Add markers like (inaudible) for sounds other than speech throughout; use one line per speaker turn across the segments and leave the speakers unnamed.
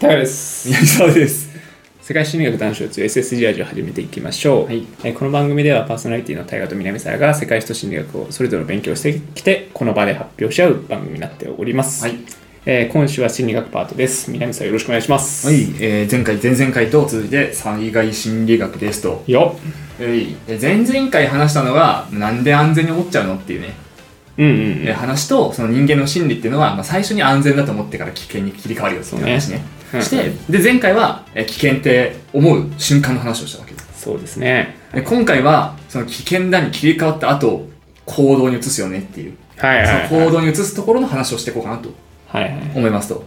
タカです
宮沢です
世界心理学男子を強い SSG ラジオを始めていきましょう、
はい
えーこの番組ではパーソナリティの大河と南沢が世界史と心理学をそれぞれ勉強してきてこの場で発表し合う番組になっております、
はい
えー今週は心理学パートです南沢よろしくお願いします、
はい、えー、前回前々回と続いて災害心理学ですと、
よ
えいで前々回話したのがなんで安全に思っちゃうのっていうね、
うんうんうん
えー話とその人間の心理っていうのは、まあ、最初に安全だと思ってから危険に切り替わるよっていう話
そう
ね
ね
してで前回は、えー危険って思う瞬間の話をしたわけです
そうですね
で今回はその危険だに切り替わった後行動に移すよねっていう
はいはいはい
その行動に移すところの話をしていこうかなと
はいはい
思いますと。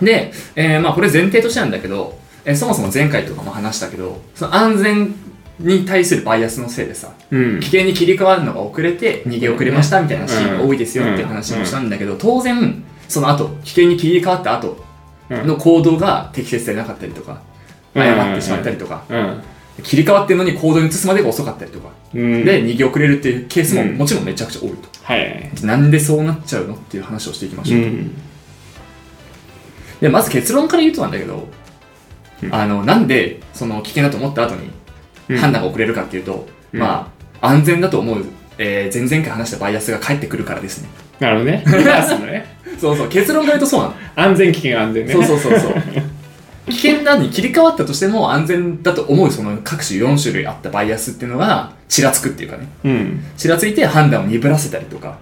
で、えーまあこれ前提としてなんだけど、えーそもそも前回とかも話したけど、その安全に対するバイアスのせいでさ、
うん
危険に切り替わるのが遅れて逃げ遅れましたみたいなシーンが多いですよっていう話もしたんだけど、当然、その後、危険に切り替わった後の行動が適切でなかったりとか、
うん
誤ってしまったりとか、
うん
切り替わってるのに行動に移すまでが遅かったりとか、
うん
で、逃げ遅れるっていうケースも
うん
もちろんめちゃくちゃ多いと。
はいはい
なんでそうなっちゃうのっていう話をしていきまし
う
ょう。
ん
でまず結論から言うとなんだけど、あのなんでその危険だと思った後
うん
に判断が遅れるかっていうと、
うん
まあ安全だと思う、えー前々回話したバイアスが返ってくるからですね (laughs)
なるほどねリバースのね
そうそう結論から言うとそうなの、
安全危険安全ね
そうそうそうそう危険なのに切り替わったとしても安全だと思うその各種4種類あったバイアスっていうのがちらつくっていうかね
うん
ちらついて判断を鈍らせたりとか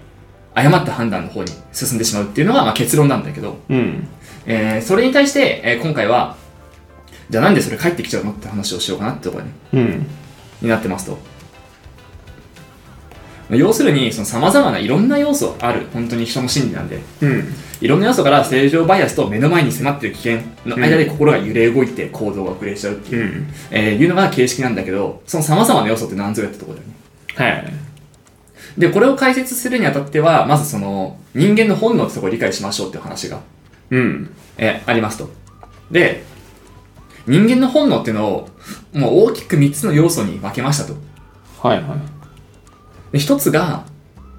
誤った判断の方に進んでしまうっていうのが、まあ、結論なんだけど、
うん
えーそれに対して、えー今回は、じゃあなんでそれ帰ってきちゃうのって話をしようかなってところに
うん
になってますと。要するに、その様々ないろんな要素ある、本当に人の心理なんで、
うん
いろんな要素から正常バイアスと目の前に迫ってる危険の間で心が揺れ動いて行動が遅れちゃうって
う
いう、
ん
えーいうのが形式なんだけど、その様々な要素って何ぞやってところだよね。
はいはい
で、これを解説するにあたっては、まずその、人間の本能ってところを理解しましょうっていう話が
うん
えーありますと。で、人間の本能っていうのを、もう大きく3つの要素に分けましたと。
はいはい
で1つが、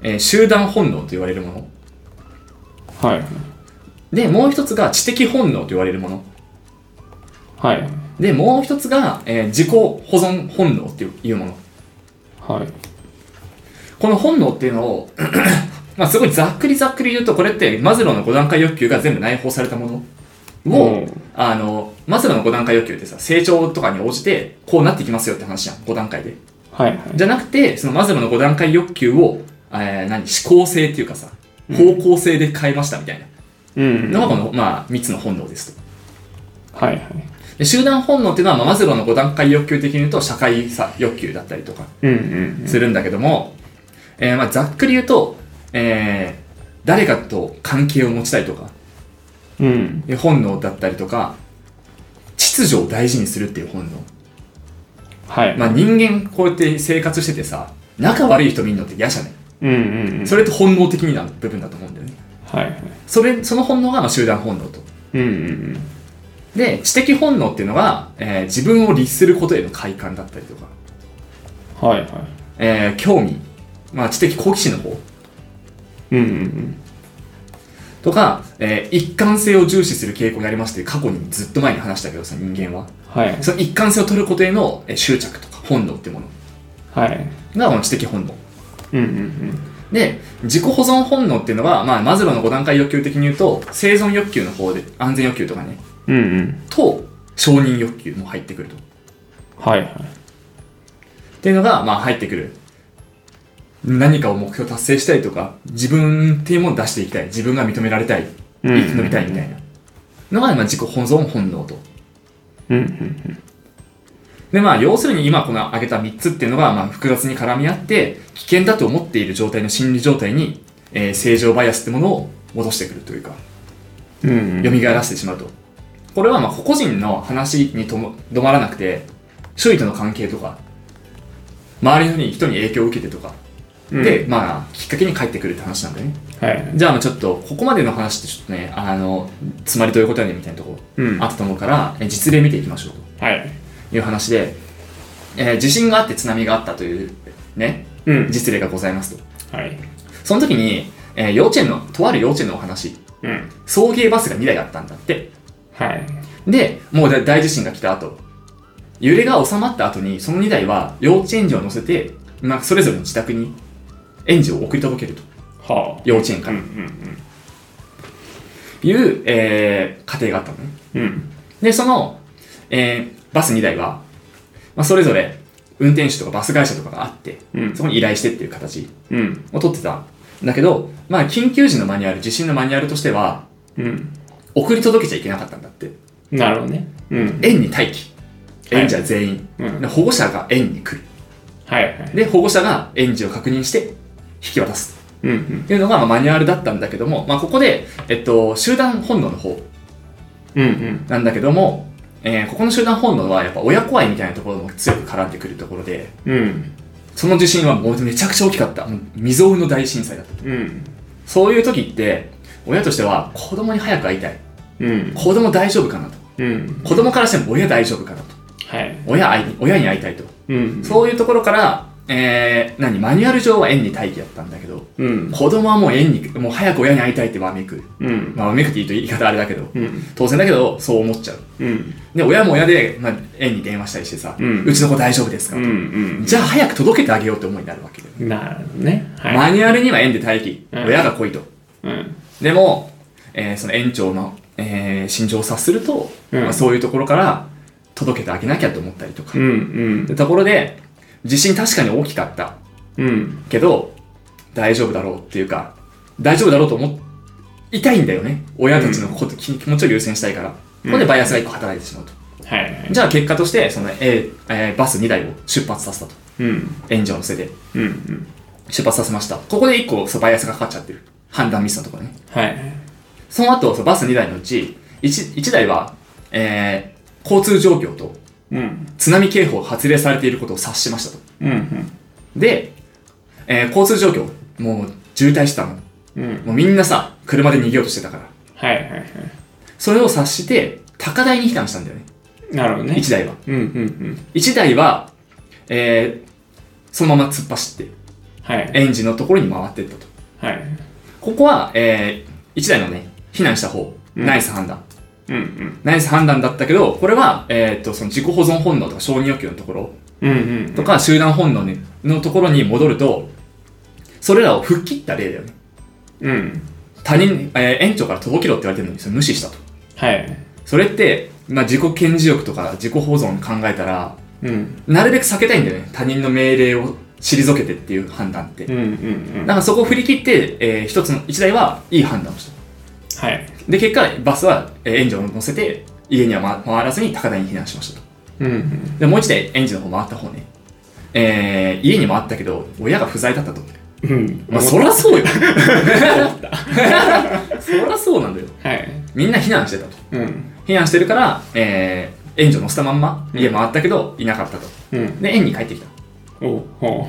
えー集団本能と言われるもの。
はい
で、もう1つが知的本能と言われるもの。
はい
で、もう1つが、えー自己保存本能っていうもの。
はい
この本能っていうのを、 (coughs) まあすごいざっくりざっくり言うと、これってマズローの5段階欲求が全部内包されたものを、
うん
あの、マズローの5段階欲求ってさ、成長とかに応じて、こうなってきますよって話じゃん、5段階で。
はいはい
じゃなくて、そのマズローの5段階欲求を、えー、何、思考性っていうかさ、方向性で変えましたみたいな
うん
のがこの、まあ、3つの本能ですと。
はいはい
で集団本能っていうのは、まあ、マズローの5段階欲求的に言うと、社会さ欲求だったりとか
うんうん
するんだけども、えーまあ、ざっくり言うと、えー、誰かと関係を持ちたいとか、
うん
え本能だったりとか、秩序を大事にするっていう本能。
はい
まあ、人間、こうやって生活しててさ、仲悪い人見るのって嫌じゃない
うんうんうん
それって本能的な部分だと思うんだよね。
はいはい
それその本能がまあ集団本能と。
うんうん
で知的本能っていうのが、えー自分を律することへの快感だったりとか、
うんはいはい
えー興味、まあ、知的好奇心の方
うんうん
とか、えー一貫性を重視する傾向にありますっていう過去にずっと前に話したけどさ人間は
はい
その一貫性を取ることへのえー執着とか本能っていうもの
はい
がこの知的本能
うんうん
で自己保存本能っていうのは、まあ、マズローの5段階欲求的に言うと生存欲求の方で安全欲求とかね
うんうんうん
と承認欲求も入ってくると
はいはい
っていうのが、まあ、入ってくる。何かを目標達成したいとか、自分っていうものを出していきたい。自分が認められたい。
うん
生き延びたいみたいな。のが、まあ、自己保存本能と。
うんうん
で、まあ、要するに今この挙げた3つっていうのが、まあ、複雑に絡み合って、危険だと思っている状態の心理状態に、えー正常バイアスってものを戻してくるというか、
うんうん
蘇らせてしまうと。これは、まあ、個々人の話にとも止まらなくて、周囲との関係とか、周りの人に人に影響を受けてとか、
うん
で、まあ、きっかけに帰ってくるって話なんだよね。
はいはい
じゃあ、ちょっと、ここまでの話ってちょっとね、あの、つまりどういうことやねんみたいなとこ
うん
あったと思うから、え実例見ていきましょう
はい
という話で、えー地震があって津波があったという、ね、
うん
実例がございますと。
はい
その時に、えー幼稚園の、とある幼稚園のお話、
うん
送迎バスが2台あったんだって。
はい。
で、もうだ大地震が来た後、揺れが収まった後に、その2台は幼稚園児を乗せて、まあ、それぞれの自宅に園児を送り届けると。
は
幼稚園
あ。
か
うん
ら。いう、えー、家庭があったのね。
うんうん。うん。
で、その、えー、バス2台は、まあ、それぞれ運転手とかバス会社とかがあって、
うん
そこに依頼してっていう形
うん。
を取ってたんだけど、まあ、緊急時のマニュアル、地震のマニュアルとしては、
うん。
送り届けちゃいけなかったんだって。
なるほどね。うん。
園に待機。
はい
園児は全員。
うん
で保護者が園に来る。
はいはい。
で、保護者が園児を確認して、引き渡す。
うんうん
っていうのが、まあ、マニュアルだったんだけども、まあ、ここで、えっと、集団本能の方
うんうん。
なんだけども、えーここの集団本能は、やっぱ親子愛みたいなところも強く絡んでくるところで、
うん。
その地震はもうめちゃくちゃ大きかった。もう未曾有の大震災だった。
うん。
そういう時って、親としては子供に早く会いたい。
うん。
子供大丈夫かなと。
うん。
子供からしても親大丈夫かなと。
はい。
親愛に親に会いたいと。
うん。
そういうところから、えー、何、マニュアル上は園に待機だったんだけど、
うん。
子供はもう園に、もう早く親に会いたいってわめく。
うん。
まあ、わめくって言うと言い方あれだけど、
うん。
当然だけど、そう思っちゃう。
うん。
で、親も親で、まあ、園に電話したりしてさ、う
うん
ちの子大丈夫ですか、
うん。うん。
じゃあ早く届けてあげようって思いになるわけだよね。
なるほどね。は
マニュアルには園で待機、
うん
親が来いと。
い。うん。
でも、えーその園長の、えー心情を察すると、
うん
まあ、そういうところから届けてあげなきゃと思ったりとか。
うん。うん
でところで、地震確かに大きかった
うん。
けど、大丈夫だろうっていうか、大丈夫だろうと思いたいんだよね。親たちのこと、気気持ちを優先したいから。ここでバイアスが一個働いてしまうと。
はいはい。
じゃあ結果として、その、えーえーバス2台を出発させたと。
うん。
園長のせいで
うん。うん。
出発させました。ここで1個そうバイアスがかかっちゃってる。判断ミスのところね。
はい。
その後、そうバス2台のうち、1, 1台は、えー交通状況と
うん。
津波警報が発令されていることを察しましたと。
うん。
で、えー交通状況、もう渋滞してたの。
うん。
もうみんなさ、車で逃げようとしてたから。
はいはいは
それを察して、高台に避難したんだよね。
い。なるほどね
1。台は。
うん。うん。うん。
1台は、えーそのまま突っ走って、
はい。
園児のところに回っていったと。
はい。
ここは、えー、1台のね、避難した方、
うん
ナイス判断。
うん。うん。
ナイス判断だったけど、これは、えーっと、その自己保存本能とか承認欲求のところ
うん。うん。
とか、集団本能にのところに戻ると、それらを吹っ切った例だよね。
うん。
他人、えー園長から届けろって言われてるのに、それ無視したと。
はい。
それって、まあ、自己顕示欲とか自己保存考えたら、
うん。
なるべく避けたいんだよね。他人の命令を退けてっていう判断って。
うん。うん。
だからそこを振り切って、えー一つの、一台はいい判断をした。
はい。
で、結果、バスは、えー園児を乗せて、家にはま回らずに高台に避難しましたと。
うん。
で、もう一台、園児の方回った方ね。えー、家に回ったけど、親が不在だったと。
うん。
まあ、そらそうよ。 (laughs) そらそうなんだよ。
はい。
みんな避難してたと。
うん。
避難してるから、えー、園児を乗せたまんま、家回ったけど、いなかったと。
うん。
で、園に帰ってき
おほ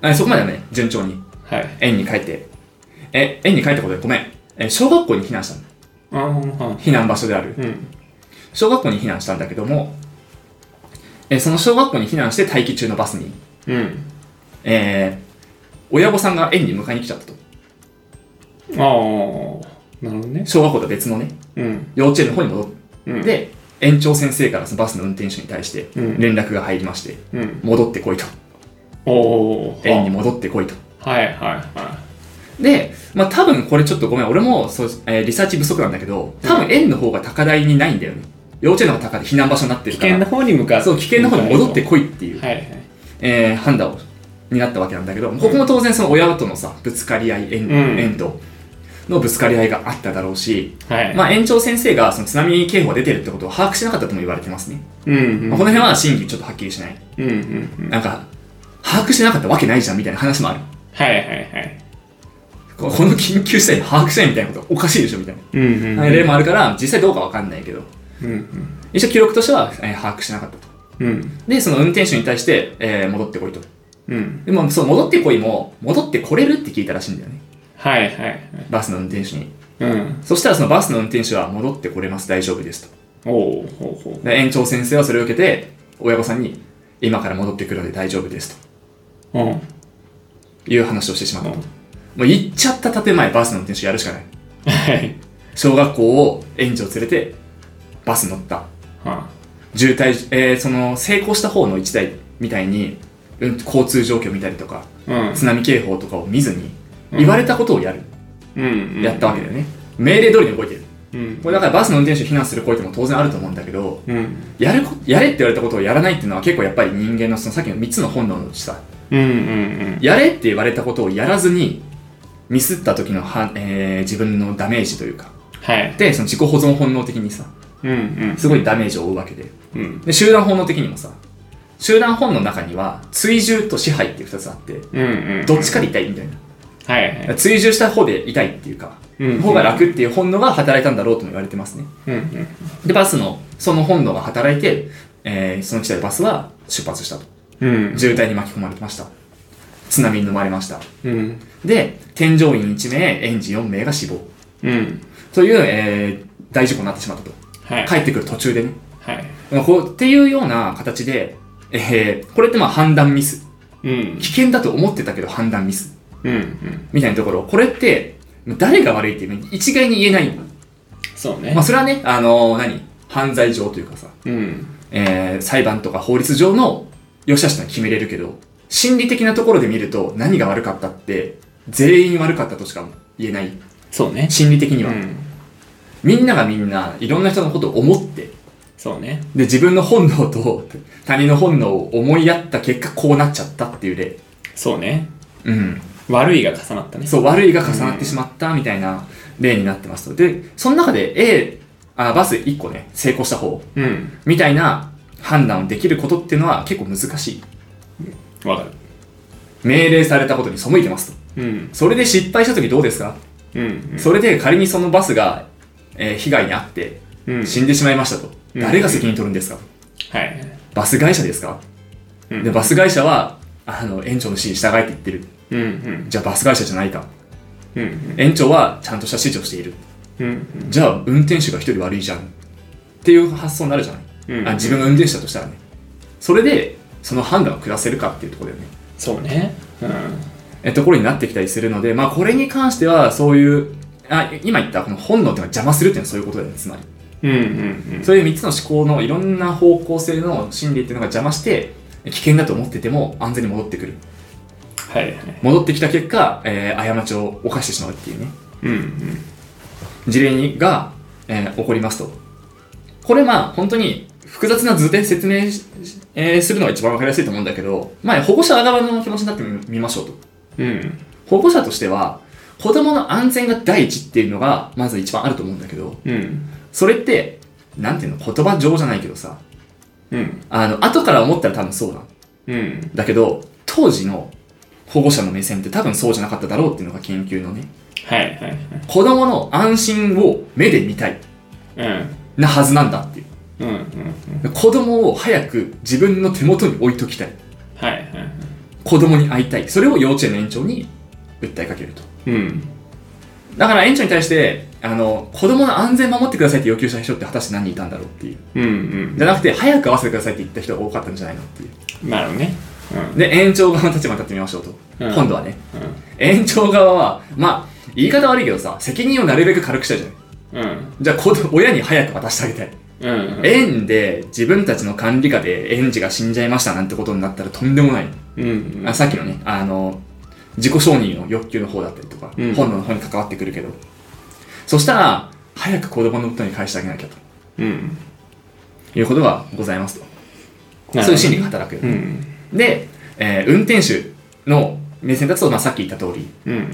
た。あそこまではね、順調に。
う。はい。
園に帰って。え、園に帰ったことでごめん。えー、小学校に避難したの。
あは
避難場所である。
うん。
小学校に避難したんだけども、えーその小学校に避難して待機中のバスに、
うん。
えー親御さんが園に迎えに来ちゃったと。
ああ。なるほどね。
小学校とは別のね、
うん。
幼稚園の方に戻っ
うん。、
て、園長先生からそのバスの運転手に対して
うん
連絡が入りまして、
うん。
戻ってこいと。
おお。
園に戻ってこいと。
はいはいは
で、まあ多分これちょっとごめん、俺もそう、えーリサーチ不足なんだけど、多分園の方が高台にないんだよね。幼稚園の方が高台、避難場所になって
い。危
るか
険な
ら。
方に向かう。
そう、危険な方に戻って
は
こいっていう
い。はい。
えー判断をになったわけなんだけど、ここも当然その親とのさ、ぶつかり合い、縁、
うん
縁とのぶつかり合いがあっただろうし、
はい。
まあ園長先生がその津波警報が出てるってことを把握しなかったとも言われてますね。
うん
まあこの辺は真偽ちょっとはっきりしない。
うん。うんうん。
なんか、把握してなかったわけないじゃんみたいな話もある。
はいはいはい。
ここの緊急事態に把握しないみたいなことおかしいでしょみたい
うんうん。
な。例もあるから、実際どうかわかんないけど、
うん
一応記録としては、えー把握してなかったと。
うん。
で、その運転手に対して、えー戻ってこいと。
うん。
でも、その戻ってこいも、戻ってこれるって聞いたらしいんだよね。
はいはいはい。
バスの運転手に。
うん。
そしたらそのバスの運転手は戻ってこれます、大丈夫ですと。
おおほうほ
で園長先生はそれを受けて、親御さんに、今から戻ってくるので大丈夫です
う。うん。
という話をしてしまったと。もう行っちゃった建前、バスの運転手やるしかない。
はい。
小学校を園児を連れて、バス乗った
は
渋滞、えーその成功した方の1台みたいに、うん、交通状況見たりとか
あ、うん
津波警報とかを見ずに
うん
言われたことをやる、
うん、
やったわけだよね命令通りに動いてる
うん
これだからバスの運転手を非難する声っても当然あると思うんだけど
うん
やるこやれって言われたことをやらないっていうのは結構やっぱり人間のそのさっきの3つの本能のうちさ
うんうん
やれって言われたことをやらずにミスった時のは、えー自分のダメージというか
はい
でその自己保存本能的にさ
うんうん
すごいダメージを負うわけで
うん
で集団本能的にもさ集団本能の中には追従と支配っていう2つあって
うんうん
どっちかで痛いみたいな
はいはい
追従した方で痛いっていうか
うん
方が楽っていう本能が働いたんだろうとも言われてますね
うんうん
でバスのその本能が働いて、えーその機体バスは出発したと
うん
渋滞に巻き込まれました津波に飲まれました
うん
で添乗員1名園児4名が死亡
うん
という、えー大事故になってしまったと
はい
帰ってくる途中でね
はい
こうっていうような形で、えーこれってまあ判断ミス
うん
危険だと思ってたけど判断ミス
うんうん
みたいなところこれって誰が悪いっていうの一概に言えない
そうね
まあそれはねあのー何犯罪上というかさ、
うん
えー裁判とか法律上の良し悪しは決めれるけど心理的なところで見ると何が悪かったって全員悪かったとしか言えない
そうね
心理的に
う
は、
ん
みんながみんないろんな人のことを思って
そうね
で自分の本能と他人の本能を思いやった結果こうなっちゃったっていう例
そうね
うん
悪いが重なったね
そう悪いが重なってしまったみたいな例になってますとでその中で A あバス1個ね成功した方
うん
みたいな判断をできることっていうのは結構難しい
わかる
命令されたことに背いてますと
うん
それで失敗した時どうですか
うん
それで仮にそのバスが、えー被害に遭って
うん
死んでしまいましたと、
うん
誰が責任取るんですかと
はい
バス会社ですか、
うん
でバス会社はあの園長の指示従えって言ってる
うんうん
じゃあバス会社じゃないか
うん
園長はちゃんとした指示をしている
うんうん
じゃあ運転手が一人悪いじゃんっていう発想になるじゃない、
うん
あ自分が運転手だとしたらねそれでその判断を下せるかっていうところだよね
そうねうん
えところになってきたりするのでまあこれに関してはそういうあ今言ったこの本能っていうのは邪魔するっていうのはそういうことだよねつまり
うんうん
そういう3つの思考のいろんな方向性の心理っていうのが邪魔して危険だと思ってても安全に戻ってくる
はいはい
戻ってきた結果、えー過ちを犯してしまうっていうね
うん
事例にが、えー起こりますと。これまあ本当に複雑な図で説明し、えーするのが一番わかりやすいと思うんだけど、まあ保護者側の気持ちになってみみましょうと。
うんうん
保護者としては、子供の安全が第一っていうのがまず一番あると思うんだけど、
うん
それって、なんていうの、言葉上じゃないけどさ、
うん
あの、後から思ったら多分そうなん
うん
だけど、当時の保護者の目線って多分そうじゃなかっただろうっていうのが研究のね、
はいはいはい
子供の安心を目で見たい
うん
なはずなんだっていう。
うんうんうん
子供を早く自分の手元に置いときたい
はいはいはい
子供に会いたいそれを幼稚園の園長に訴えかけると
うん
だから園長に対してあの子供の安全守ってくださいって要求した人って果たして何人いたんだろうっていう
うんうん
じゃなくて早く会わせてくださいって言った人が多かったんじゃないのっていう
なるほどね
で園長側の立場に立ってみましょうと、
うん
今度はね
う
園長側はまあ言い方悪いけどさ責任をなるべく軽くしたいじゃない
んうん
じゃあ子供親に早く渡してあげたい
うんうん
園で自分たちの管理下で園児が死んじゃいましたなんてことになったらとんでもない
うん
あさっきのねあの自己承認の欲求の方だったりとか、
うん
本能の方に関わってくるけどそしたら早く子供の元に返してあげなきゃと
うん
いうことがございますと
なるほど
そういう心理が働く、
うん
で、えー運転手の目線だと、まあ、さっき言った通り
うん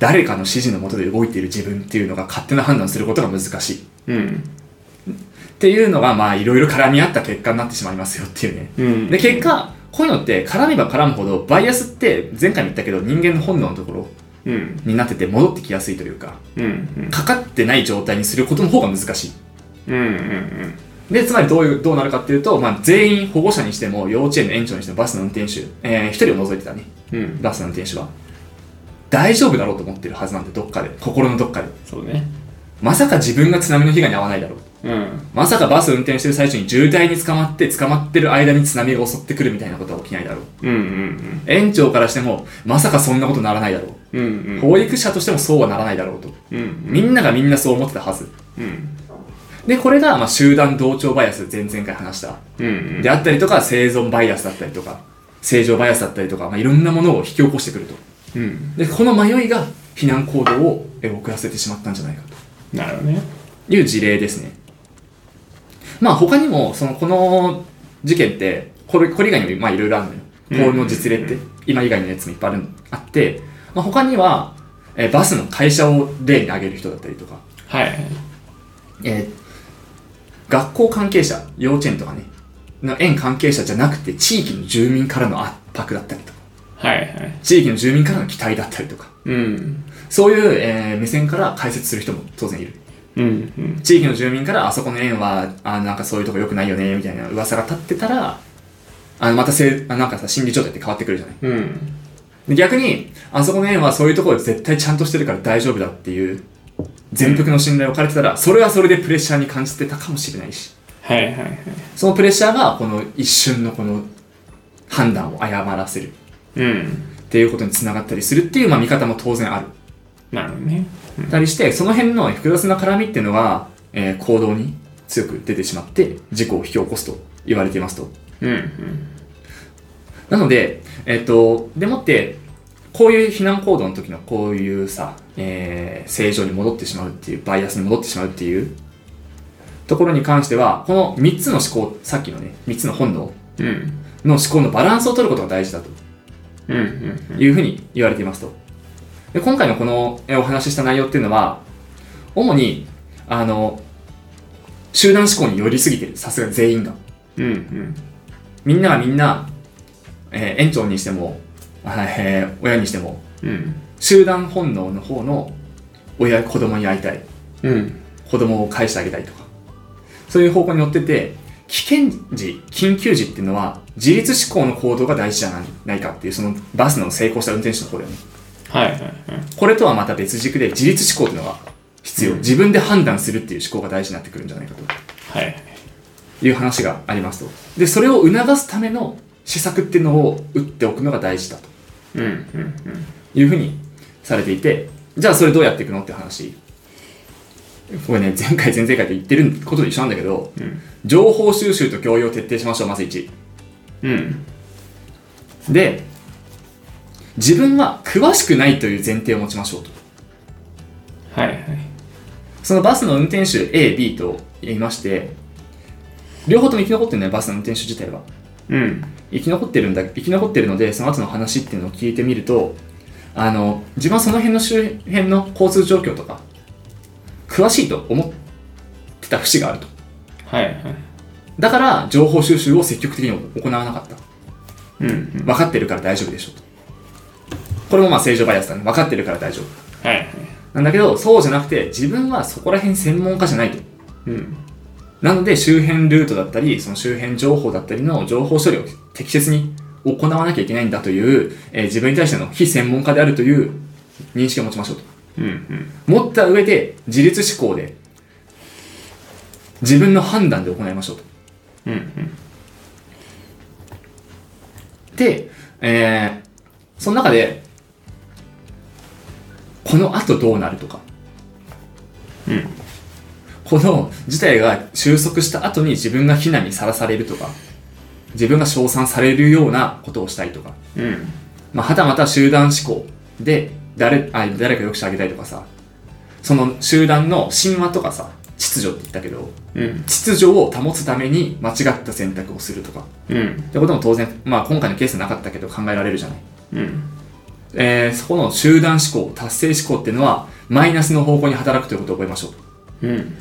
誰かの指示の下で動いている自分っていうのが勝手な判断することが難しいっ
うん
ていうのがまあいろいろ絡み合った結果になってしまいますよっていうね
うん
で結果こういうのって絡めば絡むほどバイアスって前回も言ったけど人間の本能のところ
うん
になってて戻ってきやすいというか
うんうん
かかってない状態にすることの方が難しい。
うんうん
で、つまりどういう、どうなるかっていうと、まあ、全員保護者にしても、幼稚園の園長にしても、バスの運転手、えー、一人を除いてたね、
うん
バスの運転手は。大丈夫だろうと思ってるはずなんで、どっかで、心のどっかで。
そうね
まさか自分が津波の被害に遭わないだろう。
うん
まさかバス運転してる最中に渋滞に捕まって、捕まってる間に津波が襲ってくるみたいなことは起きないだろう。
うんうん
園長からしても、まさかそんなことならないだろ
うんうん
う。保育者としてもそうはならないだろうと。
うん
みんながみんなそう思ってたはず。
うん
で、これが、まあ、集団同調バイアス、前々回話した。
うんうん。
であったりとか、生存バイアスだったりとか、正常バイアスだったりとか、まあ、いろんなものを引き起こしてくると。
うん。
で、この迷いが、避難行動をえ遅らせてしまったんじゃないかと。
なるほどね。
いう事例ですね。まあ他にも、そのこの事件って、これこれ以外にもまあいろいろあるのよ。
うん
この実例って、今以外のやつもいっぱいあるあって、まあ、他には、えーバスの会社を例に挙げる人だったりとか、
はいはい。
えー学校関係者、幼稚園とかね、の園関係者じゃなくて地域の住民からの圧迫だったりとか、
はいはい。
地域の住民からの期待だったりとか、
うん。
そういう、えー目線から解説する人も当然いる。
うんうん。
地域の住民からあそこの園はあなんかそういうとこ良くないよねみたいな噂が立ってたらあのまたせあなんかさ心理状態って変わってくるじゃない
うん。
で逆にあそこの園はそういうところ絶対ちゃんとしてるから大丈夫だっていう全幅の信頼を置かれてたらそれはそれでプレッシャーに感じてたかもしれないし
はいはいはい。
そのプレッシャーがこの一瞬のこの判断を誤らせる
うん。
っていうことにつながったりするっていう、まあ、見方も当然ある
なるほどね。
たりしてその辺の複雑な絡みっていうのが、えー行動に強く出てしまって事故を引き起こすと言われていますと
うんうん。
なのでえっ、とでもってこういう避難行動の時のこういうさ、えー正常に戻ってしまうっていうバイアスに戻ってしまうっていうところに関してはこの3つの思考さっきのね3つの本能
うん。
の思考のバランスを取ることが大事だと
うんうん。
いうふうに言われていますと。で今回のこのえお話しした内容っていうのは、主に、あの、集団思考に寄りすぎてる、さすが全員が。
うんうん。
みんながみんな、えー園長にしても、あえー親にしても、
うん。
集団本能の方の親、子供に会いたい、
うん。
子供を返してあげたいとか、そういう方向に寄ってて、危険時、緊急時っていうのは、自律思考の行動が大事じゃないかっていう、そのバスの成功した運転手の方だよね。
はいはいはい。
これとはまた別軸で自律思考というのが必要、
うん
自分で判断するっていう思考が大事になってくるんじゃないか
はいはい。
という話がありますとでそれを促すための施策っていうのを打っておくのが大事だと
うんうんうん。
いうふうにされていてじゃあそれどうやっていくのって話これね前回前々回と言ってることと一緒なんだけど
うん。
情報収集と共有を徹底しましょうまず1
うん。
で自分は詳しくないという前提を持ちましょうと
はいはい。
そのバスの運転手 A、B と言いまして、両方とも生き残ってるね、バスの運転手自体は。
うん。
生き残ってるんだ、生き残ってるので、その後の話っていうのを聞いてみると、あの、自分はその辺の周辺の交通状況とか、詳しいと思ってた節があると。
はいはい。
だから、情報収集を積極的に行わなかった。
うんうん。
分かってるから大丈夫でしょうと。これもまあ正常バイアスだね。分かってるから大丈夫。
はいはい。
なんだけど、そうじゃなくて、自分はそこら辺専門家じゃないと。
うん。
なので周辺ルートだったり、その周辺情報だったりの情報処理を適切に行わなきゃいけないんだという、えー自分に対しての非専門家であるという認識を持ちましょうと。
うんうん。
持った上で自律思考で自分の判断で行いましょうと。
うんうん。
で、えーその中で、この後どうなるとか、
うん
この事態が収束した後に自分が非難にさらされるとか、自分が称賛されるようなことをしたいとか、
うん。
まあ、はたまた集団思考で誰あ誰かよくしてあげたいとかさ、その集団の神話とかさ、秩序って言ったけど、
うん。
秩序を保つために間違った選択をするとか、
うん。
ってことも当然、まあ今回のケースなかったけど考えられるじゃない。
うん。
えーそこの集団思考、達成思考っていうのは、マイナスの方向に働くということを覚えましょう。
うん。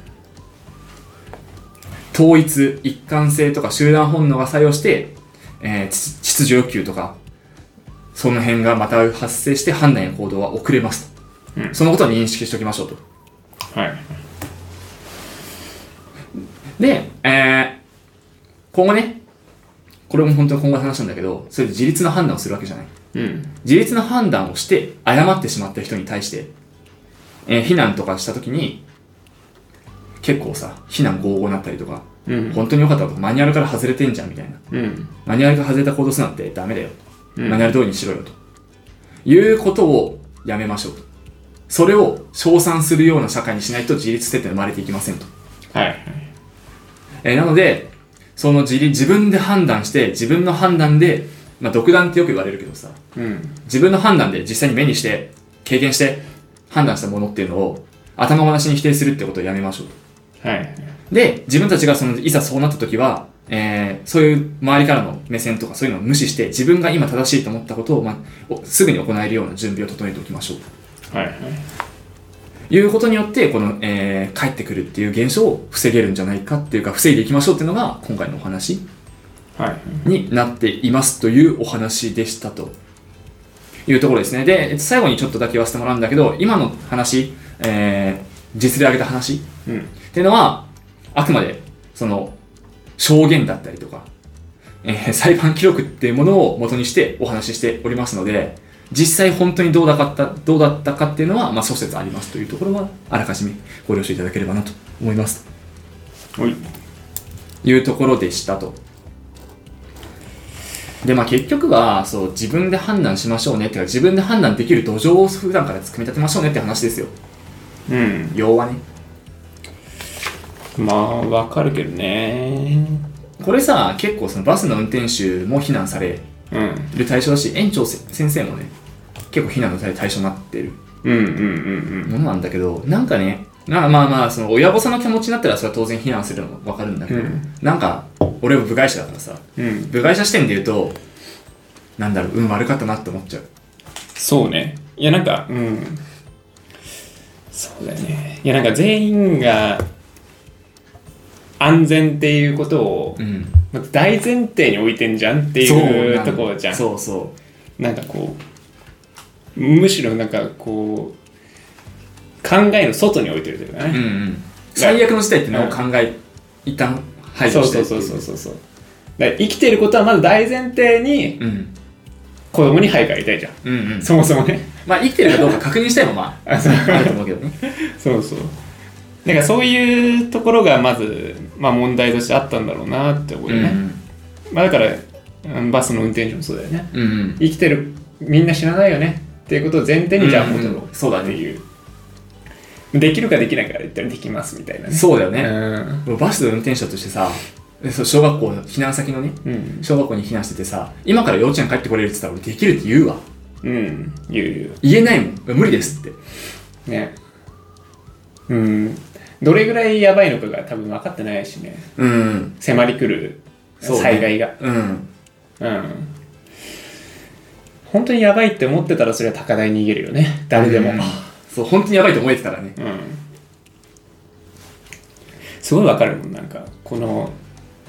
統一、一貫性とか集団本能が作用して、えー秩秩序欲求とか、その辺がまた発生して判断や行動は遅れますと。
うん
そのことを認識しておきましょうと。
はい。
で、えー今後ね、これも本当に今後の話なんだけど、それで自立の判断をするわけじゃない。
うん。
自立の判断をして誤ってしまった人に対して、えー、非難とかした時に結構さ非難合々になったりとか
うん。
本当に良かったとかマニュアルから外れてんじゃんみたいな
うん。
マニュアルから外れた行動するなんてダメだよ、
うん
マニュアル通りにしろよということをやめましょうとそれを称賛するような社会にしないと自立性って生まれていきませんと
はい。
えーなので、その自理自分で判断して、自分の判断で、まあ、独断ってよく言われるけどさ、
うん。
自分の判断で実際に目にして、経験して、判断したものっていうのを、頭ごなしに否定するってことをやめましょうと。
はい。
で、自分たちがその、いざそうなった時は、えー、そういう周りからの目線とかそういうのを無視して、自分が今正しいと思ったことを、まあおすぐに行えるような準備を整えておきましょう。
はい。はい。
ということによって、この、えー、帰ってくるっていう現象を防げるんじゃないかっていうか、防いでいきましょうっていうのが、今回のお話
はい。
になっていますというお話でしたというところですね。で、最後にちょっとだけ言わせてもらうんだけど、今の話、えー、実例挙げた話っ
うん。
ていうのは、あくまで、その、証言だったりとか、えー裁判記録っていうものを元にしてお話ししておりますので、実際本当にどうだかった、どうだったかっていうのは、まあ、諸説ありますというところは、あらかじめご了承いただければなと思います。
おい。
いうところでしたと。で、まあ結局は、そう、自分で判断しましょうねっていうか、自分で判断できる土壌を普段から組み立てましょうねって話ですよ。
うん。
要はね。
まあ、わかるけどね。
これさ、結構そのバスの運転手も非難され
うん。
る対象だし、園長せ先生もね、結構非難の対象になってる
うんうんうん
ものなんだけど、なんかね、まあまあまあ、その親御さんの気持ちになったら、それは当然非難するのもわかるんだけど、
うん
なんか、俺も部外者だからさ、
うん。うん。
部外者視点で言うと、なんだろう、運悪かったなって思っちゃう。
そうね。いや、なんか、うん。そうだよね。いや、なんか全員が安全っていうことを
うん。
まず大前提に置いてんじゃんって
そうなん
い
だ
うところじゃん。
そうそ
なんかこうむしろなんかこう考えの外に置いてるというか
う、うん
ね、
うん、最悪の事態っていうのを考え、一旦排
そ
除
う
して
そうそうそうそうそうだから生きてることはまず大前提に
うん、
子供に配下いたいじゃん
うんうん
そもそもね
まあ生きてるかどうか確認したいのもまあ
(laughs) あそう
あると思うけどね
そうそうなんかそういうところがまず、まあ、問題としてあったんだろうなって思う
う
よ
ん
ね、まあ、だからうんバスの運転手もそうだよね
うんうん
生きてるみんな知らないよねっていうことを前提にじゃあ戻ろう
うんうんそうだ
っ
ね
ていう、できるかできないかで言ったらできますみたいなね
そうだよね、
う
俺バスの運転手としてさえそう小学校の避難先のね
ん。
小学校に避難しててさ今から幼稚園帰ってこれるって言ったら俺できるって言うわ
うん。言う言う。
言えないもん無理ですって
ね。うん。どれぐらいやばいのかが多分分かってないしね。
うん
迫り来る
そうね
災害が。
うん
うん。本当にやばいって思ってたらそれは高台に逃げるよね。誰でも。う
うんん。そう本当にやばいと思えてたらね
すごい分かるもん、なんか、この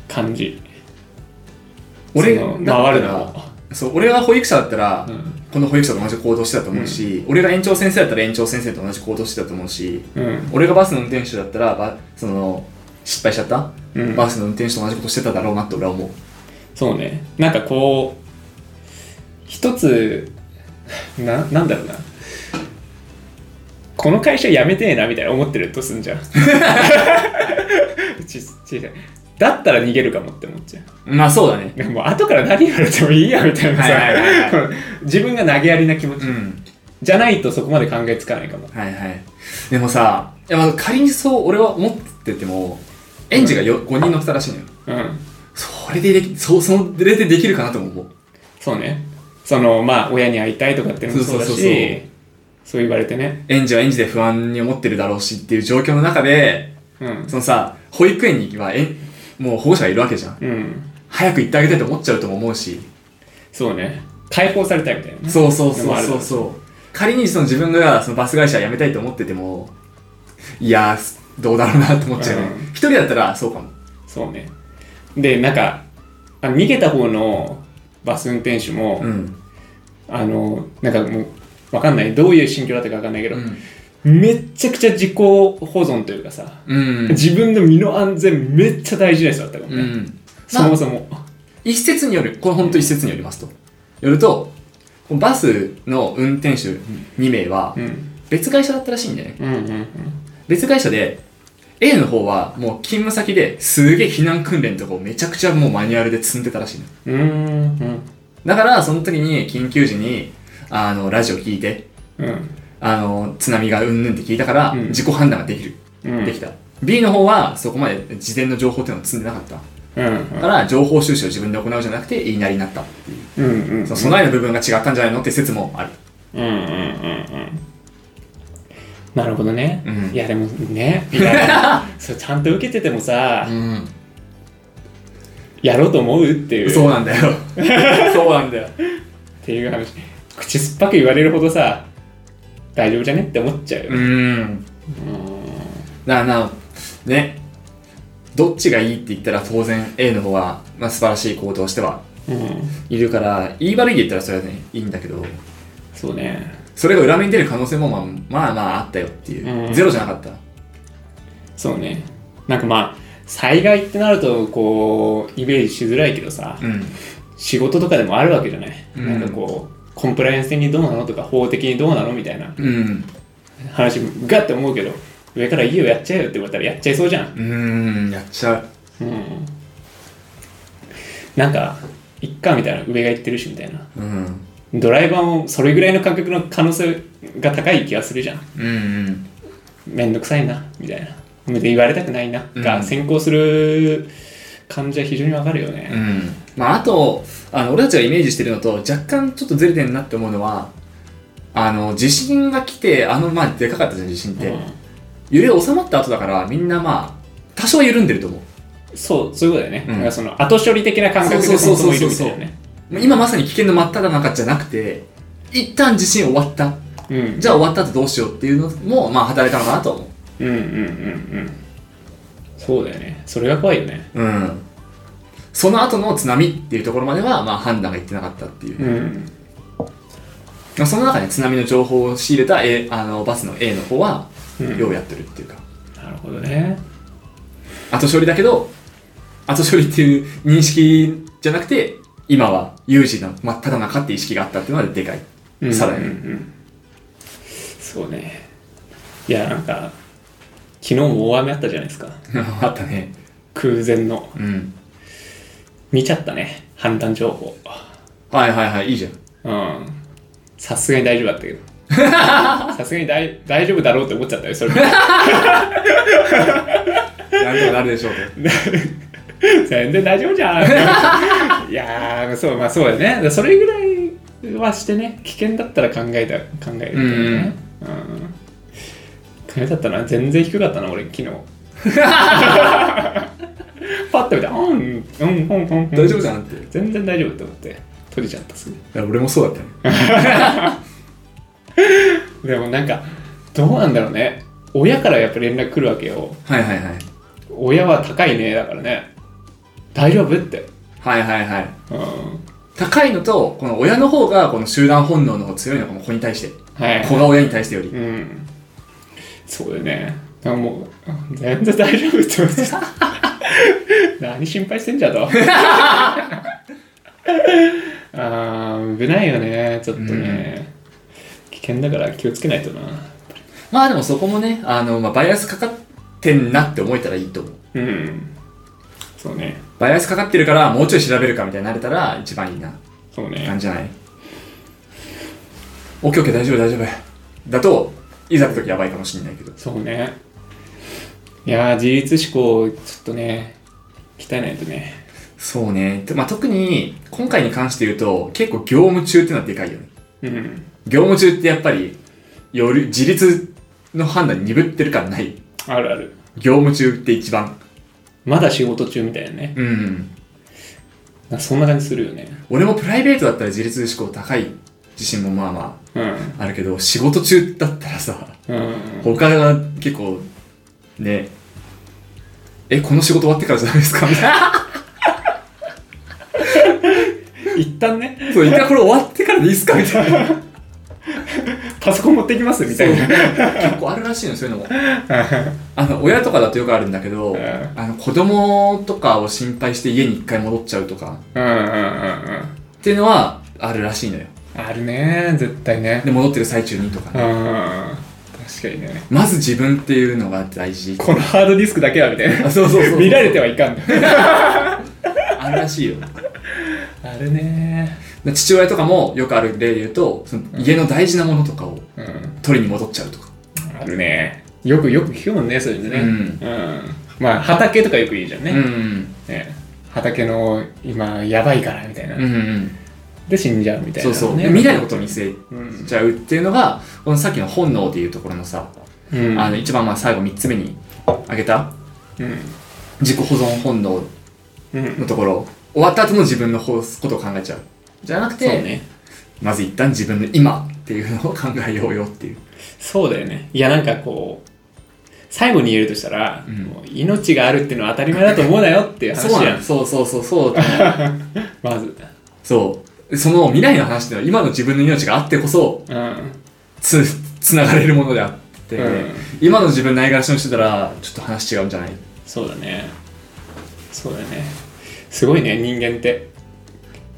感じ。
俺
その
だったら
回るのも。
そう俺が保育者だったら、
うん
この保育者と同じ行動してたと思うし、俺が園長先生だったら園長先生と同じ行動してたと思うし
うん。
俺がバスの運転手だったらばその失敗しちゃった、
うん
バスの運転手と同じことしてただろうなって俺は思う
そうね。なんかこう、一つ、な、なんだろうな。この会社辞めてえなみたいな思ってるとすん
(laughs)
じゃん。ちちいさいだったら逃げるかもって思っちゃ
まあそうだね
う。もう後から何言われてもいいやみたいなさ
はいはいはい、
(laughs) 自分が投げやりな気持
う
ち、
ん
じゃないとそこまで考えつかないかも。
はいはいでもさいやまあ仮にそう俺は思ってても園児がよ5人乗ってたらしいのよ
うん。
それでできそうそれでできるかなとも思う
そうね。その、まあ、親に会いたいとかってのもそうだ
そうそうそうそう
し、そう言われてね。
園児は園児で不安に思ってるだろうしっていう状況の中で
うん。
そのさ保育園に行けばえもう保護者がいるわけじゃん
うん。
早く行ってあげたいと思っちゃうとも思うし
そうね。解放されたいみたいなね。
そうそうそ
でもあ
う
る
そうそう仮にその自分がそのバス会社辞めたいと思っててもいやーどうだろうなと思っちゃうね
うん
一、人だったらそうかも
そうね。で、なんか、あ逃げた方のバス運転手も、
うん、
あの、なんかもう、わかんない。どういう心境だったかわかんないけど、
うん
めっちゃくちゃ自己保存というかさ、
うん
自分の身の安全めっちゃ大事な人だったかもね。そ
ま
も
あ
そも。
一説によるこれ本当一説によりますとよるとこのバスの運転手2名は
うん。
別会社だったらしいんだよね
うんうんうん。
別会社で A の方はもう勤務先ですげえ避難訓練とかをめちゃくちゃもうマニュアルで積んでたらしい
う
の
ーん。
だからその時に緊急時にあのラジオ聞いて
うん。
あの津波がうんぬんって聞いたから、
うん
自己判断ができる、
うん
できた B の方はそこまで事前の情報っていうのを積んでなかった
うんうん
だから情報収集を自分で行うじゃなくて言いなりになったっていう
うんうん
その備えの部分が違ったんじゃないのって説もある
うんうんうんうんなるほどね、
うん
いやでもねいやそれちゃんと受けててもさ、
ん
やろうと思うっていう
(laughs) そう
っ
なんだ
(laughs)
よそうなんだよ
ていう話口酸っぱく言われるほどさ大丈夫じゃねって思っちゃうよ、
うんだからなねどっちがいいって言ったら当然 A の方は、まあ、素晴らしい行動をしては
うん、
いるから言い悪いで言ったらそれはねいいんだけど
そうね
それが裏目に出る可能性もまあまあまああったよっていう、
うん
ゼロじゃなかった
そうねなんかまあ災害ってなるとこうイメージしづらいけどさ、
うん
仕事とかでもあるわけじゃない、
うん
なんかこうコンプライアンス的にどうなのとか法的にどうなのみたいな
うん
話ガッて思うけど上から「いいよやっちゃえよ」って言われたらやっちゃいそうじゃん
うんやっちゃう
うんなんかいっかみたいな上が言ってるしみたいな
うん
ドライバーもそれぐらいの感覚の可能性が高い気がするじゃん
うんうん
めんどくさいなみたいなで言われたくないな
うん
が先行する感じは非常にわかるよね
うんまあ、あとあの俺たちがイメージしてるのと若干ちょっとずれてんなって思うのはあの地震が来てあのまあでかかったじゃん地震って、
うん
揺れ収まった後だからみんなまあ多少緩んでると思う
そうそういうことだよね、
うん
なんかその後処理的な感覚でそもそもいるみたいなね
今まさに危険の真っ只中じゃなくて一旦地震終わった
うん
じゃあ終わった後どうしようっていうのもまあ働いたのかなとは思
うんうんうんうんそうだよねそれが怖いよね
ううんその後の津波っていうところまではまあ判断がいってなかったっていう、
うん
まあその中で津波の情報を仕入れた、A、あのバスの A の方は
うん
ようやってるっていうか、
なるほどね
後処理だけど後処理っていう認識じゃなくて今は有事の真っ只中って意識があったっていうのはでかい、さらに、
うんうんうんそうねいやなんか昨日も大雨あったじゃないですか
(laughs) あったね
空前の
うん
見ちゃったね判断情報
はいはいはいいいじゃん
うんさすがに大丈夫だったけどさすがに大大丈夫だろうって思っちゃったよそれ
なんとかなるでしょうと
全然大丈夫じゃん (laughs) いやーそうまあそうだねだからそれぐらいはしてね危険だったら考えた考えるけどねうん考えだったな全然低かったな俺昨日 (laughs) パッと見てうんうんうんうんうん
大丈夫じゃんってい
全然大丈夫と思って取れちゃったすぐ
や俺もそうだったね
でもなんかどうなんだろうね親からやっぱ連絡来るわけよ
はいはいはい
親は高いねだからね大丈夫って
はいはいはい
うん
高いのとこの親の方がこの集団本能の方が強いのかも子に対して
はい
子が親に対してより
うんそうだよねなんかもう全然大丈夫って思ってた (laughs) 何心配してんじゃと (laughs) あー危ないよねちょっとね、危険だから気をつけないとな
まあでもそこもねあの、まあ、バイアスかかってんなって思えたらいいと思う
うんそうね
バイアスかかってるからもうちょい調べるかみたいになれたら一番いいな
そう
感
ね
じじゃない ?OKOK 大丈夫大丈夫だといざって時やばいかもしれないけど
そうねいやー自立思考ちょっとね鍛えないとね
そうね、まあ、特に今回に関して言うと結構業務中っていうのはでかいよね
うん
業務中ってやっぱりより自立の判断鈍ってる感ない
あるある
業務中って一番
まだ仕事中みたいなね
うん
なんかそんな感じするよね
俺もプライベートだったら自立志向高い自信もまあま
うん
ああるけど仕事中だったらさ
うん
他が結構ねえこの仕事終わってからじゃないですかみたいな
一旦ね
そう一回これ終わってからでいいっすかみたいな
パソコン持ってきますみたいな
結構あるらしいのそういうのもあの親とかだとよくあるんだけど、
うん
あの子供とかを心配して家に一回戻っちゃうとか
うんうんうんうん
っていうのはあるらしいのよ
あるね絶対ね
で戻ってる最中にとか
う
(laughs) ね、
んうんうん確かにね
まず自分っていうのが大事
このハードディスクだけはみたいな
あそうそうそうそう
見られてはいかん
あるらしいよ
あるね
で父親とかもよくある例で言うとその家の大事なものとかを
うん
取りに戻っちゃうとか
あるねよくよく聞くもんねそういうのね、
うん
うんまあ畑とかよく言うじゃんね,、
うん
ね畑の今やばいからみたいな、
うんうん
で死んじゃうみたいな
そう
ね、
そう未来のことに見据
うん
えちゃうっていうのがこのさっきの本能っていうところのさ
うん
あの一番まあ最後3つ目に挙げた
うん
自己保存本能
うん
のところ終わった後の自分のことを考えちゃうじゃなく
そう
て、
ね
まず一旦自分の今っていうのを考えようよっていう
そうだよねいやなんかこう最後に言えるとしたら、
うん
もう命があるっていうのは当たり前だと思うなよっていう話
そう
や
なんんそうそうそうそうだと思う
まず
そう。その未来の話っていうのは今の自分の命があってこそ
うん
つ、つながれるものであって、
うん
今の自分ないがらしにしてたら、ちょっと話違うんじゃない
そうだねそうだねすごいね人間って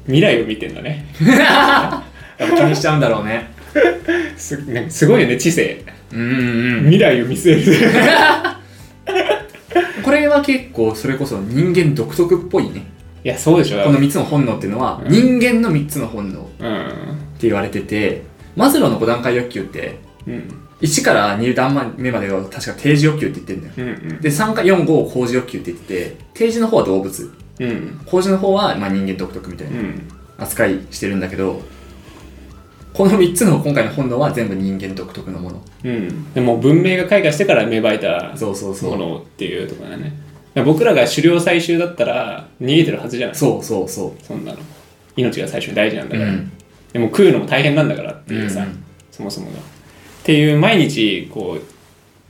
未来を見てんだね
やっぱ気にしちゃうんだろうね。
すなんかすごいよね知性
うんうん
未来を見据え
(laughs)
る
うん。これは結構それこそ人間独特っぽいね。
いやそうでしょ
この3つの本能っていうのは、人間の3つの本能っ
うん
て言われてて、マズローの5段階欲求って、
うん
1から2段目までは確か定時欲求って言ってるんだよ。
うんうん
で、3から4、5を工事欲求って言ってて、定時の方は動物、
うん
工事の方はまあ人間独特みたいな。
うん
扱いしてるんだけどこの3つの今回の本能は全部人間独特のもの
うんでも文明が開花してから芽生えた
そうそうそ
も
う
のっていうところだねだから僕らが狩猟採集だったら逃げてるはずじゃない
そうそうそ
そんなの命が最初に大事なん
う
だ
う
から、
ん
でも食うのも大変なんだからっていうさ、
うん
そもそもがっていう毎日こう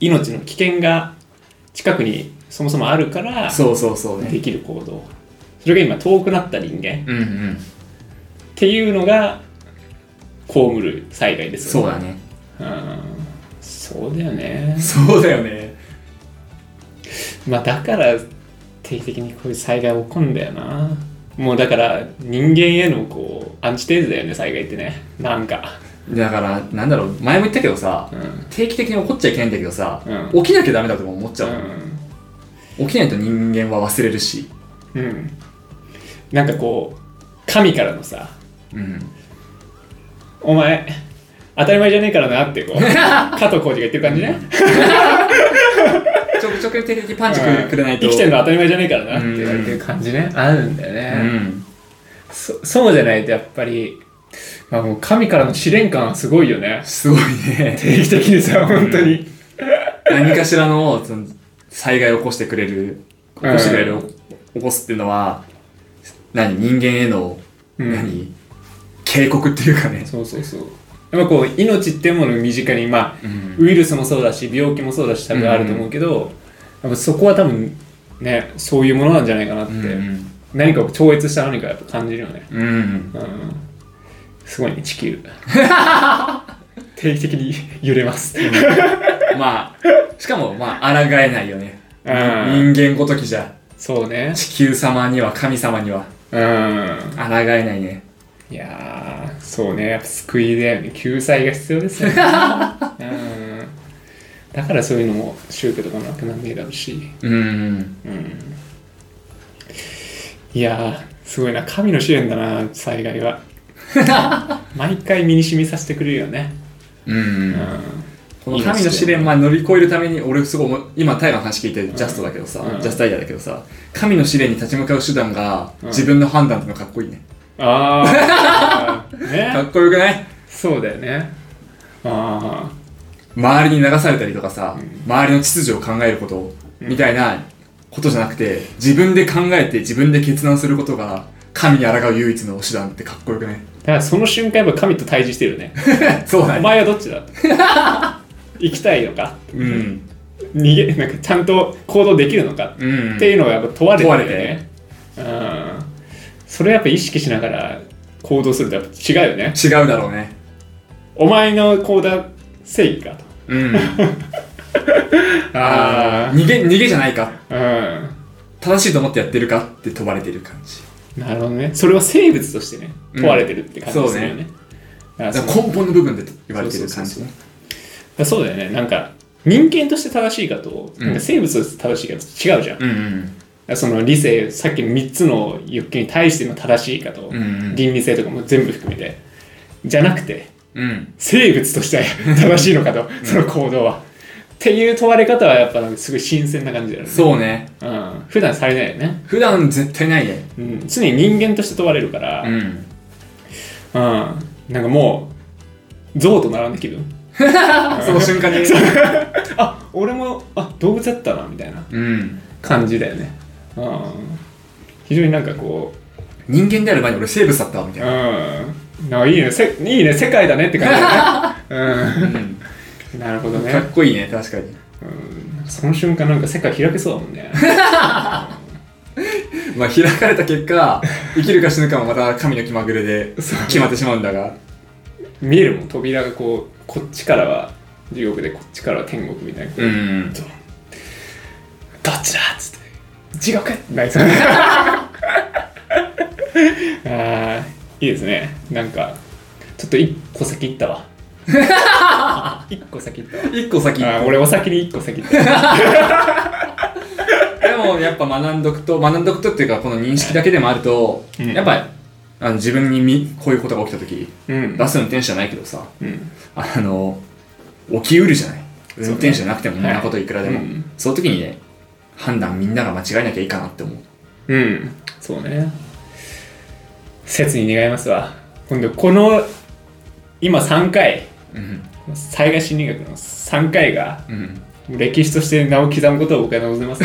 命の危険が近くにそもそもあるから
そうそうそうね
できる行動それが今遠くなった人間
うんうん
っていうのが被る災害です
そう
よね
だね
うんそうだよね
そうだよね
まあだから定期的にこういう災害起こるんだよなもうだから人間へのこうアンチテーゼだよね災害ってねなんか
だからなんだろう前も言ったけどさ
うん
定期的に起こっちゃいけないんだけどさ、
うん
起きなきゃダメだとも思っちゃう、起きないと人間は忘れるし
うん、うん、なんかこう神からのさ
うん
「お前当たり前じゃねえからな」って
(laughs)
こう加藤浩次が言ってる感じね
ちょくちょく定期的にパンチくくれないと
生きてるの当たり前じゃねえからなって言われてる感じね、あるんだよ
う
ね、
ん
そそうじゃないとやっぱり、まあ、もう神からの試練感はすごいよね
すごいね
定期的にさ本当に、
何かしらのその災害を起こしてくれる起こしてくれる、起こすっていうのは何人間への、
うん
何警告っていうかね
そうそうそうやっぱこう命っていうものを身近に、まあ
うん
ウイルスもそうだし病気もそうだし多分あると思うけど、やっぱそこは多分ねそういうものなんじゃないかなって、
うん
何かを超越した何かやっぱ感じるよね、
うん
うん、すごいね地球定期的に揺れます
まあしかもまあ抗えないよね
うん
人間ごときじゃ
そうね
地球様には神様には
うん
抗えないね
いやーそうねやっぱ救いだよね救済が必要ですよねうんだからそういうのも宗教とかもなくなんねえだろうし
うん
いやーすごいな神の支援だな災害は毎回身に染みさせてくれるよね
うん
う
この神の試練まあ乗り越えるために俺すごい思う今タイガーの話聞いてジャストだけどさ、
うん
ジャストアイデアだけどさ神の試練に立ち向かう手段が
うん
自分の判断ってのかっこいいね、
んああ
か
ね
っこよくない
そうだよねああ
周りに流されたりとかさ、周りの秩序を考えることみたいなことじゃなくて自分で考えて自分で決断することが神に抗う唯一の手段ってかっこよくない (laughs)
だからその瞬間やっぱ神と対峙してるよね
そうだ
お
ね
前はどっちだ行きたいのか
うん
逃げなんかちゃんと行動できるのか、
うん
っていうのがやっぱ問われて
問わ
る
れ
よ
て
ねうんそれやっぱ意識しながら行動するとやっぱ違うよね
違うだろうね
お前の行動は正義かと
(laughs) うん
あ
逃げ逃げじゃないか
あ
正しいと思ってやってるかって問われてる感じ
うんなるほどねそれは生物としてね
うん
問われてるって感じするよね、だから
だ
そ
か
の
ら根本の部分で言われてる感じね
そうだよねなんか人間として正しいかと、
うん
なんか生物として正しいかと違うじゃん、だか
うんうん
らその理性さっきの3つの欲求に対しての正しいかと、
うんうん
倫理性とかも全部含めてじゃなくて
うん
生物として正しいのかと、その行動は。っていう問われ方はやっぱなんかすごい新鮮な感じだよね。
そうね。
う。ん。普段されないよね。
普段絶対ないね。
うん。常に人間として問われるから、
う
うん。
ん。
なんかもう、象と並んで気分。
その瞬間に。
あ、俺も、あ、動物だったな、みたいな
うん。
感じだよね。うん。非常になんかこう、
人間である前に俺生物だったわ、みたいな。
うん。なんかいいね、せいいね、世界だねって感じ (laughs) だね。うん。なるほどね
か。っこいいね、確かに。
うんその瞬間なんか世界開けそうだもんね。
まあ、開かれた結果、生きるか死ぬかもまた神の気まぐれで
そう
決まってしまうんだが。
見えるもん、扉がこう、こっちからは地獄で、こっちからは天国みたいな。どっ
うん。
ちだっつって。地獄ない (laughs) そうああ、いいですね。なんか、ちょっと一個先行ったわ。 (laughs) 一個先行ったわ。
一個先。
あー俺お先に一個先行った。
でもやっぱ学んどくと学んどくとっていうかこの認識だけでもあると、
うん
やっぱあの自分にみこういうことが起きた時
うん
バスの運転手じゃないけどさ
うん。
あの起きうるじゃない運転手じゃなくても
そう
そ
ね
んなこといくらでも、
はいうん
その時にね判断みんなが間違えなきゃいいかなって思う
うん、そうね。切に願いますわ。今度、この、今3回、
うん
災害心理学の3回が、
うん
歴史として名を刻むことを僕は望んでます。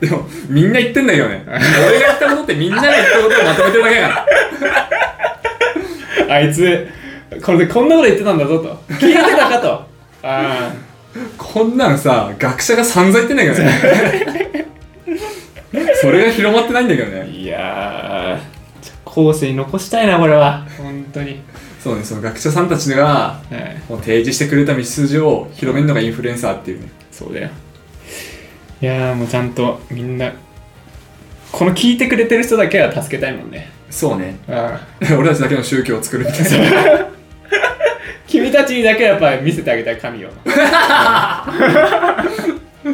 でもみんな言ってんだけどね俺が言ったことってみんなが言ったことをまとめてるだけだから
あいつ、これでこんなこと言ってたんだぞと。聞いてたかと。 (laughs) ああ、
こんなんさ学者が散々言ってんだけどね
(laughs)
それが広まってないんだけどね
いやー、後世に残したいな、これは。本当に。
そうねその学者さんたちが
はい、
もう提示してくれた道筋を広めるのがインフルエンサーっていうね
そうだよ。いやー、もうちゃんとみんな、この聞いてくれてる人だけは助けたいもんね。
そうね
ああ
(laughs) 俺たちだけの宗教を作るみた (laughs) いな
君たちにだけやっぱり見せてあげたい神を
こ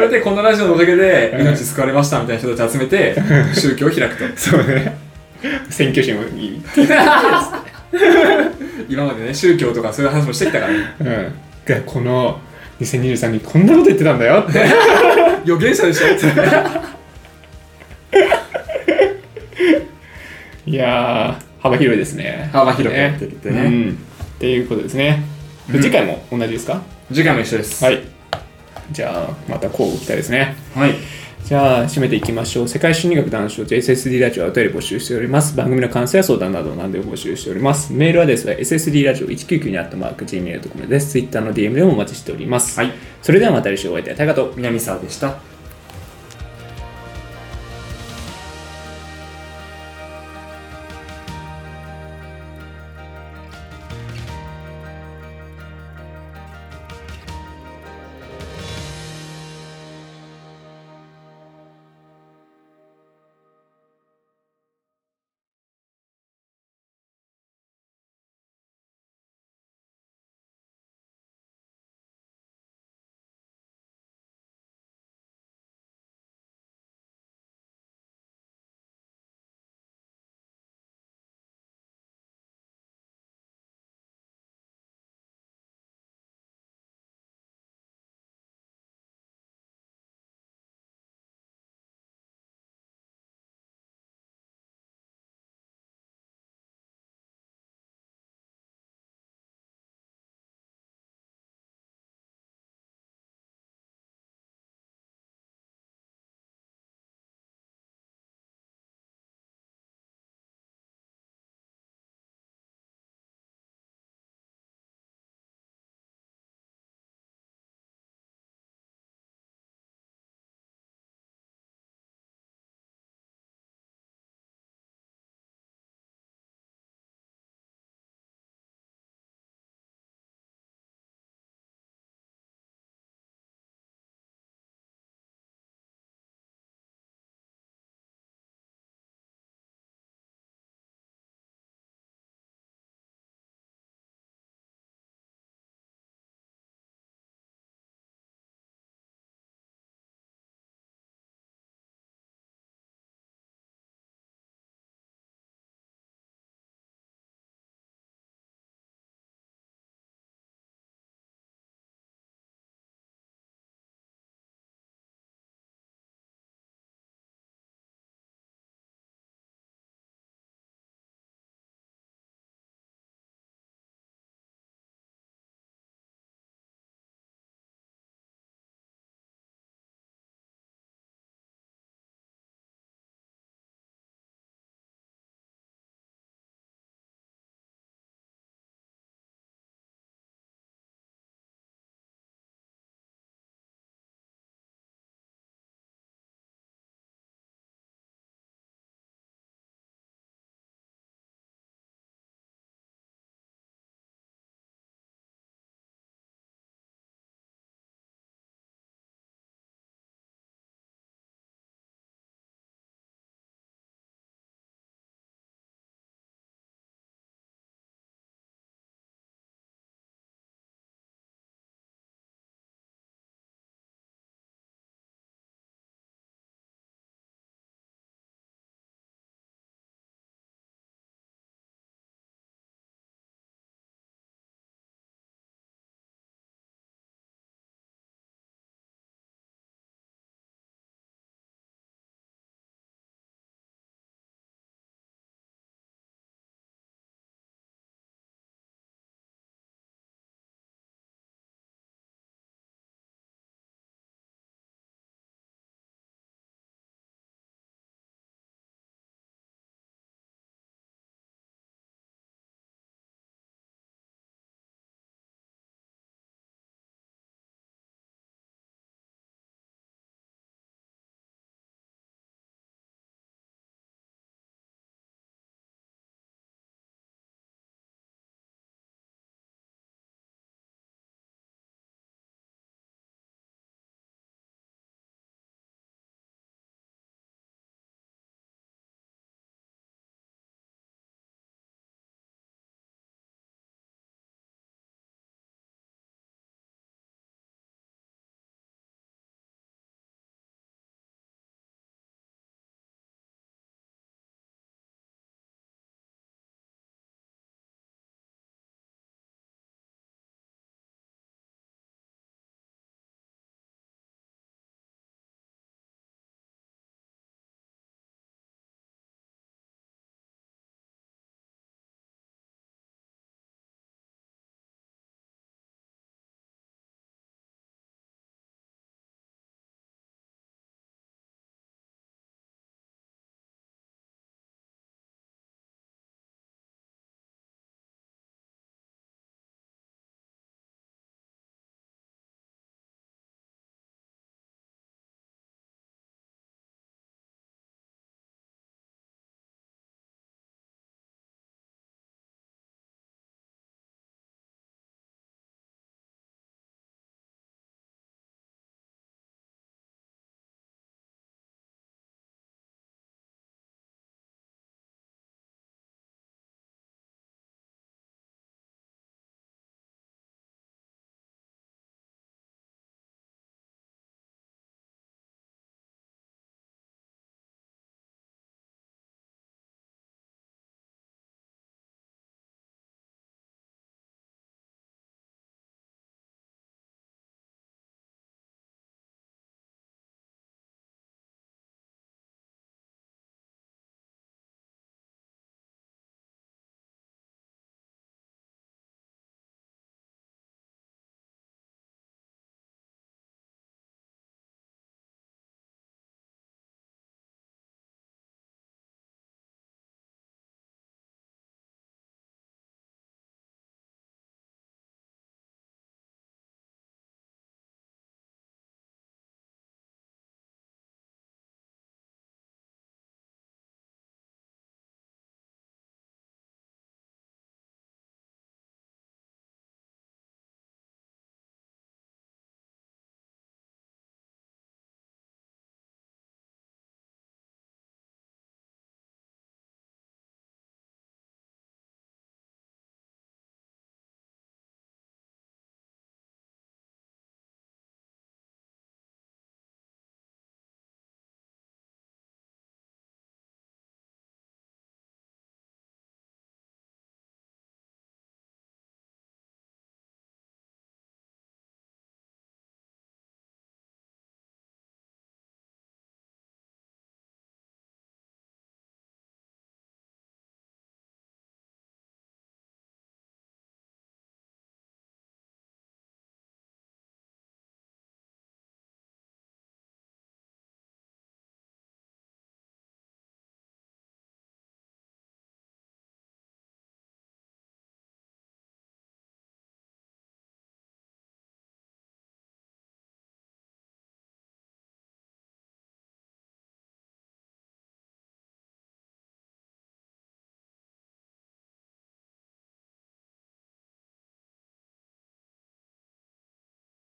れでこのラジオのおかげで命救われましたみたいな人たち集め (laughs) て宗教を開くと
そうね選挙心もいい、
今までね宗教とかそういう話もしてきたから、ね、
うん、でこの2023にこんなこと言ってたんだよって
予言者でしょって
いやー幅広いですね
幅広くやってきてね
うんっていうことですねで次回も同じですか、
次回も一緒です
はいじゃあまた交互期待ですね
はい、
じゃあ締めていきましょう世界心理学談笑 JSSD ラジオはお便り募集しております番組の感想や相談など何でも募集しておりますメールアドレスは SSD ラジオ199にあったマーク Gmail.com です Twitter の DM でもお待ちしております、
はい、
それではまた来週お会いいたいタイガと
南沢でした